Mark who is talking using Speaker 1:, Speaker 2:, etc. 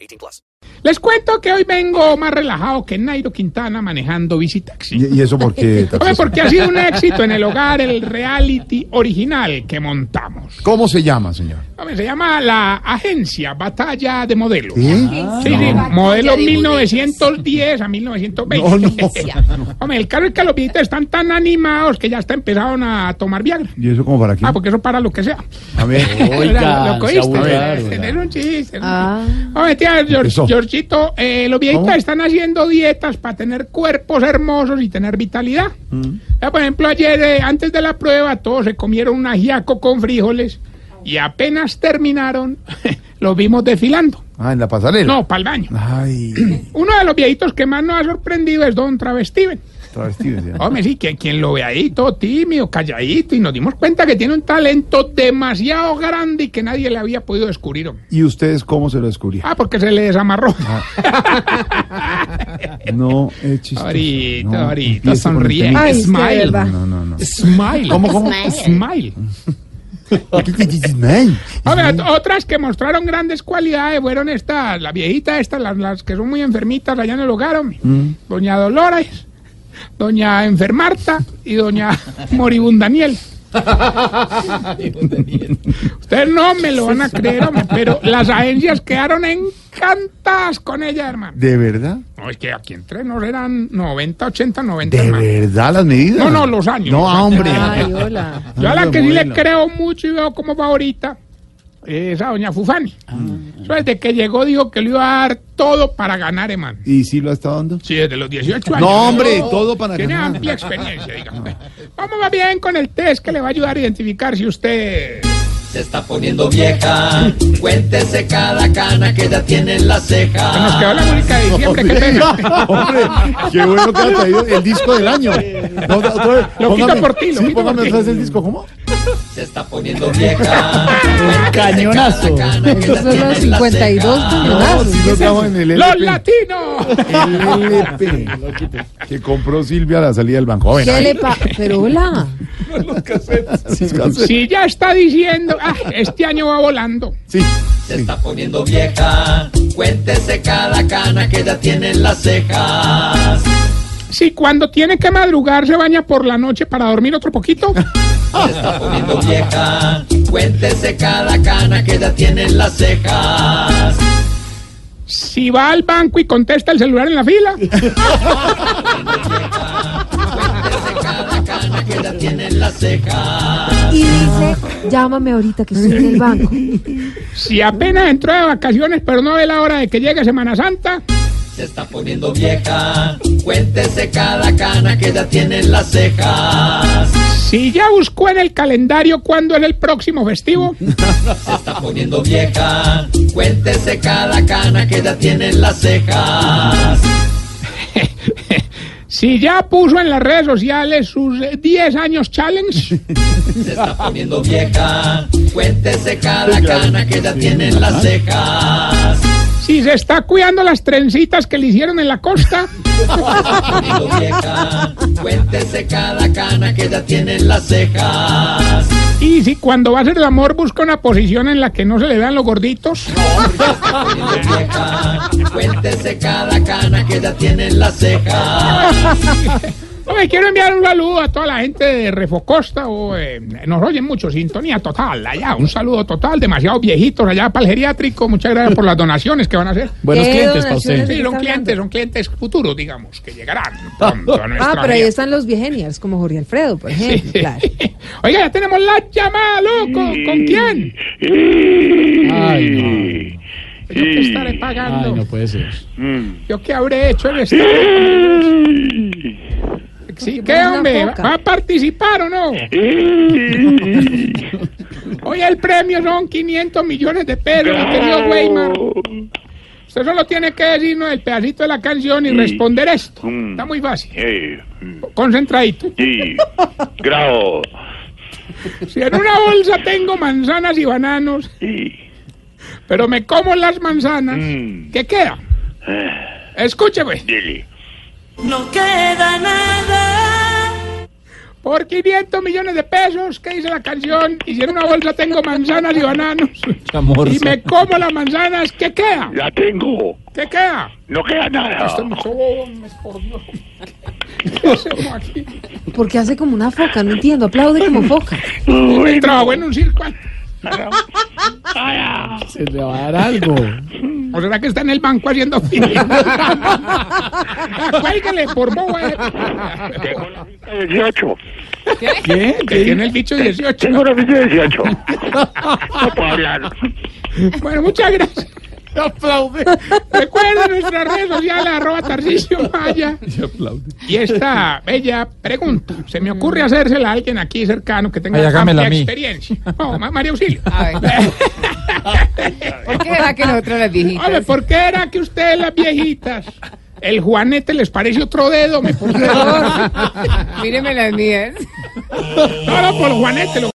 Speaker 1: 18 plus.
Speaker 2: Les cuento que hoy vengo más relajado que Nairo Quintana manejando bici taxi.
Speaker 3: ¿Y, y eso porque
Speaker 2: Hombre, porque ha sido un éxito en el hogar el reality original que montamos.
Speaker 3: ¿Cómo se llama, señor?
Speaker 2: Hombre, se llama la agencia Batalla de Modelos.
Speaker 3: ¿Eh?
Speaker 4: Ah.
Speaker 2: Sí, sí, modelo 1910 a 1920.
Speaker 3: No, no.
Speaker 2: Hombre, el carro es que los viejitos están tan animados que ya hasta empezaron a tomar Viagra.
Speaker 3: ¿Y eso como para qué?
Speaker 2: Ah, porque eso para lo que sea.
Speaker 3: A ver.
Speaker 2: Era lo- lo
Speaker 5: se
Speaker 2: coíste,
Speaker 5: abusaron,
Speaker 2: era- era un chiste. era un chiste. Hombre, tía, Gior-
Speaker 3: Empezó.
Speaker 2: Giorgito, eh, los viejitos
Speaker 3: ¿Cómo?
Speaker 2: están haciendo dietas para tener cuerpos hermosos y tener vitalidad.
Speaker 3: Mm.
Speaker 2: Ya, por ejemplo, ayer, eh, antes de la prueba, todos se comieron un ajiaco con frijoles y apenas terminaron, los vimos desfilando.
Speaker 3: Ah, en la pasarela.
Speaker 2: No, para el baño.
Speaker 3: Ay,
Speaker 2: Uno de los viejitos que más nos ha sorprendido es Don Travestiven.
Speaker 3: travesti. decía.
Speaker 2: Hombre, sí, que quien lo ve ahí, todo tímido, calladito, y nos dimos cuenta que tiene un talento demasiado grande y que nadie le había podido descubrir. hombre.
Speaker 3: ¿Y ustedes cómo se lo descubrían?
Speaker 2: Ah, porque se le desamarró.
Speaker 3: Ah, No, es chistoso.
Speaker 2: Ahorita,
Speaker 3: No,
Speaker 2: ahorita,
Speaker 3: empiece con el
Speaker 2: sonríe.
Speaker 3: tema.
Speaker 4: Ay, sí, de
Speaker 2: smile.
Speaker 4: verdad.
Speaker 3: No, no, no.
Speaker 2: Smile.
Speaker 3: ¿Cómo, cómo? Ah,
Speaker 2: Smile. A ver, ot- otras que mostraron grandes cualidades fueron estas, la viejita estas, las, las que son muy enfermitas allá en el hogar, hombre.
Speaker 3: Mm.
Speaker 2: Doña Dolores, doña Enfermarta y doña Moribund Daniel. Ustedes no me lo van a creer, hombre, pero las agencias quedaron encantadas con ella, hermano.
Speaker 3: ¿De verdad?
Speaker 2: No, es que aquí entre nos eran 90, 80, 90,
Speaker 3: ¿De
Speaker 2: hermano.
Speaker 3: verdad las medidas?
Speaker 2: No, no, los años.
Speaker 3: No, ah, hombre.
Speaker 4: Ay, hola.
Speaker 2: Yo a la
Speaker 3: Ando
Speaker 2: que
Speaker 3: de
Speaker 2: sí le
Speaker 3: modelo.
Speaker 2: creo mucho y veo como favorita es a doña Fufani.
Speaker 3: Mm.
Speaker 2: Eso Desde que llegó dijo que le iba a dar todo para ganar, hermano.
Speaker 3: ¿Y si lo ha estado dando?
Speaker 2: Sí, desde los 18 años. Oh,
Speaker 3: No, hombre, todo para
Speaker 2: Tiene
Speaker 3: ganar.
Speaker 2: amplia experiencia, digamos. Vamos más bien con el test que le va a ayudar a identificar si usted...
Speaker 5: Se está poniendo vieja, cuéntese cada cana que ya tiene en la
Speaker 2: Se nos
Speaker 5: ceja.
Speaker 2: quedó la
Speaker 3: Ah.
Speaker 2: música de diciembre, qué pena.
Speaker 3: Hombre, qué bueno que ha traído el disco del año. No, otra- otra vez,
Speaker 2: Lo quito
Speaker 3: póngame-
Speaker 2: por ti, lo
Speaker 3: Sí,
Speaker 2: quito
Speaker 3: póngame
Speaker 2: por ti.
Speaker 3: otra vez el disco. ¿Cómo?
Speaker 5: Se está poniendo vieja. cuéntese
Speaker 3: Cañonazo.
Speaker 5: cada cana que ya
Speaker 4: Estos son
Speaker 5: tiene
Speaker 4: los
Speaker 5: en la
Speaker 4: 52
Speaker 5: ceja.
Speaker 3: No,
Speaker 4: cañonazos.
Speaker 3: si lo estamos en el
Speaker 2: ¡Los
Speaker 3: LP.
Speaker 2: latinos!
Speaker 3: El LP que compró Silvia a la salida del banco. Ah, Bueno,
Speaker 4: ¿Qué le pa- Pero hola.
Speaker 3: sí, sí,
Speaker 2: Si ya está diciendo, ah, este año va volando.
Speaker 3: sí.
Speaker 5: Se está poniendo vieja, cuéntese cada cana que ya tiene en las cejas.
Speaker 2: Si cuando tiene que madrugar se baña por la noche para dormir otro poquito.
Speaker 5: Se está poniendo vieja, cuéntese cada cana que ya tiene en las cejas.
Speaker 2: Si va al banco y contesta el celular en la fila.
Speaker 5: Cuéntese cada cana que ya tiene en las cejas.
Speaker 4: Y dice, llámame ahorita que estoy en el banco.
Speaker 2: Si apenas entró de vacaciones, pero no ve la hora de que llegue Semana Santa.
Speaker 5: Se está poniendo vieja, cuéntese cada cana que ya tiene en las cejas.
Speaker 2: Si ya buscó en el calendario cuándo es el próximo festivo.
Speaker 5: Se está poniendo vieja, cuéntese cada cana que ya tiene en las cejas.
Speaker 2: Si ya puso en las redes sociales sus eh, 10 años challenge.
Speaker 5: Se está poniendo vieja, cuéntese cada cana que ya tiene en las cejas.
Speaker 2: Si se está cuidando las trencitas que le hicieron en la costa.
Speaker 5: Poniendo vieja, cuéntese cada cana que ya tiene en las cejas.
Speaker 2: Y si cuando va a hacer el amor busca una posición en la que no se le vean los gorditos.
Speaker 5: Poniendo vieja, cuéntese cada cana que ya tiene en las cejas.
Speaker 2: Hombre, quiero enviar un saludo a toda la gente de Refocosta. o, eh, nos oyen mucho, sintonía total. Allá, un saludo total. Demasiados viejitos allá para el geriátrico. Muchas gracias por las donaciones que van a hacer.
Speaker 4: Buenos clientes para
Speaker 2: Sí, son clientes, son clientes futuros, digamos, que llegarán pronto a nuestra
Speaker 4: Ah, pero ahí
Speaker 2: vida.
Speaker 4: están los viejenials, como Jorge Alfredo, por ejemplo. Claro.
Speaker 2: Oiga, ya tenemos la llamada, loco. ¿Con quién? Yo que estaré pagando.
Speaker 6: puede ser.
Speaker 2: Yo qué habré hecho en este. Sí, ¿qué
Speaker 4: Buena
Speaker 2: hombre?
Speaker 4: boca.
Speaker 2: ¿Va a participar o no? Hoy el premio son 500 millones de pesos, mi querido Weimar. Usted solo tiene que decirnos el pedacito de la canción y
Speaker 7: Sí.
Speaker 2: responder esto.
Speaker 7: Mm.
Speaker 2: Está muy fácil.
Speaker 7: Eh,
Speaker 2: Concentradito.
Speaker 7: sí, grado,
Speaker 2: Si en una bolsa tengo manzanas y bananos,
Speaker 7: sí,
Speaker 2: pero me como las manzanas,
Speaker 7: Mm. Ah.
Speaker 2: ¿qué queda? pues. Escúcheme.
Speaker 7: dele.
Speaker 2: Por 500 millones de pesos, ¿qué dice la canción? Y si en una bolsa tengo manzanas y bananos, y me como las manzanas, ¿qué queda?
Speaker 7: La tengo,
Speaker 2: ¿Qué queda?
Speaker 7: no queda nada.
Speaker 2: Esto es mucho bobo, me por Dios. ¿Qué hacemos aquí?
Speaker 4: Porque hace como una foca, no entiendo. Aplaude como foca.
Speaker 7: Bueno,
Speaker 2: Trabajó en un circo.
Speaker 8: Se le va a dar algo.
Speaker 2: ¿O será que está en el banco haciendo fila? Cuélguele por bobo. eh.
Speaker 7: tengo la ficha 18,
Speaker 8: ¿Qué?
Speaker 2: Que tiene el bicho 18.
Speaker 7: tengo la ficha 18. No puedo hablar.
Speaker 2: Bueno, muchas gracias.
Speaker 8: Aplaude.
Speaker 2: Recuerden nuestras redes sociales, arroba Tarcisio Maya. Y esta bella pregunta, se me ocurre hacérsela a alguien aquí cercano que tenga
Speaker 8: Mm. Ay, hágamela
Speaker 2: amplia
Speaker 8: a mí.
Speaker 2: experiencia. No, ma- María Auxilio.
Speaker 9: ¿Por qué era que nosotros las viejitas?
Speaker 2: Hombre, ¿por qué era que ustedes las viejitas, el Juanete les parece otro dedo? Me puse-
Speaker 9: Míreme las mías.
Speaker 2: No, no, por Juanete lo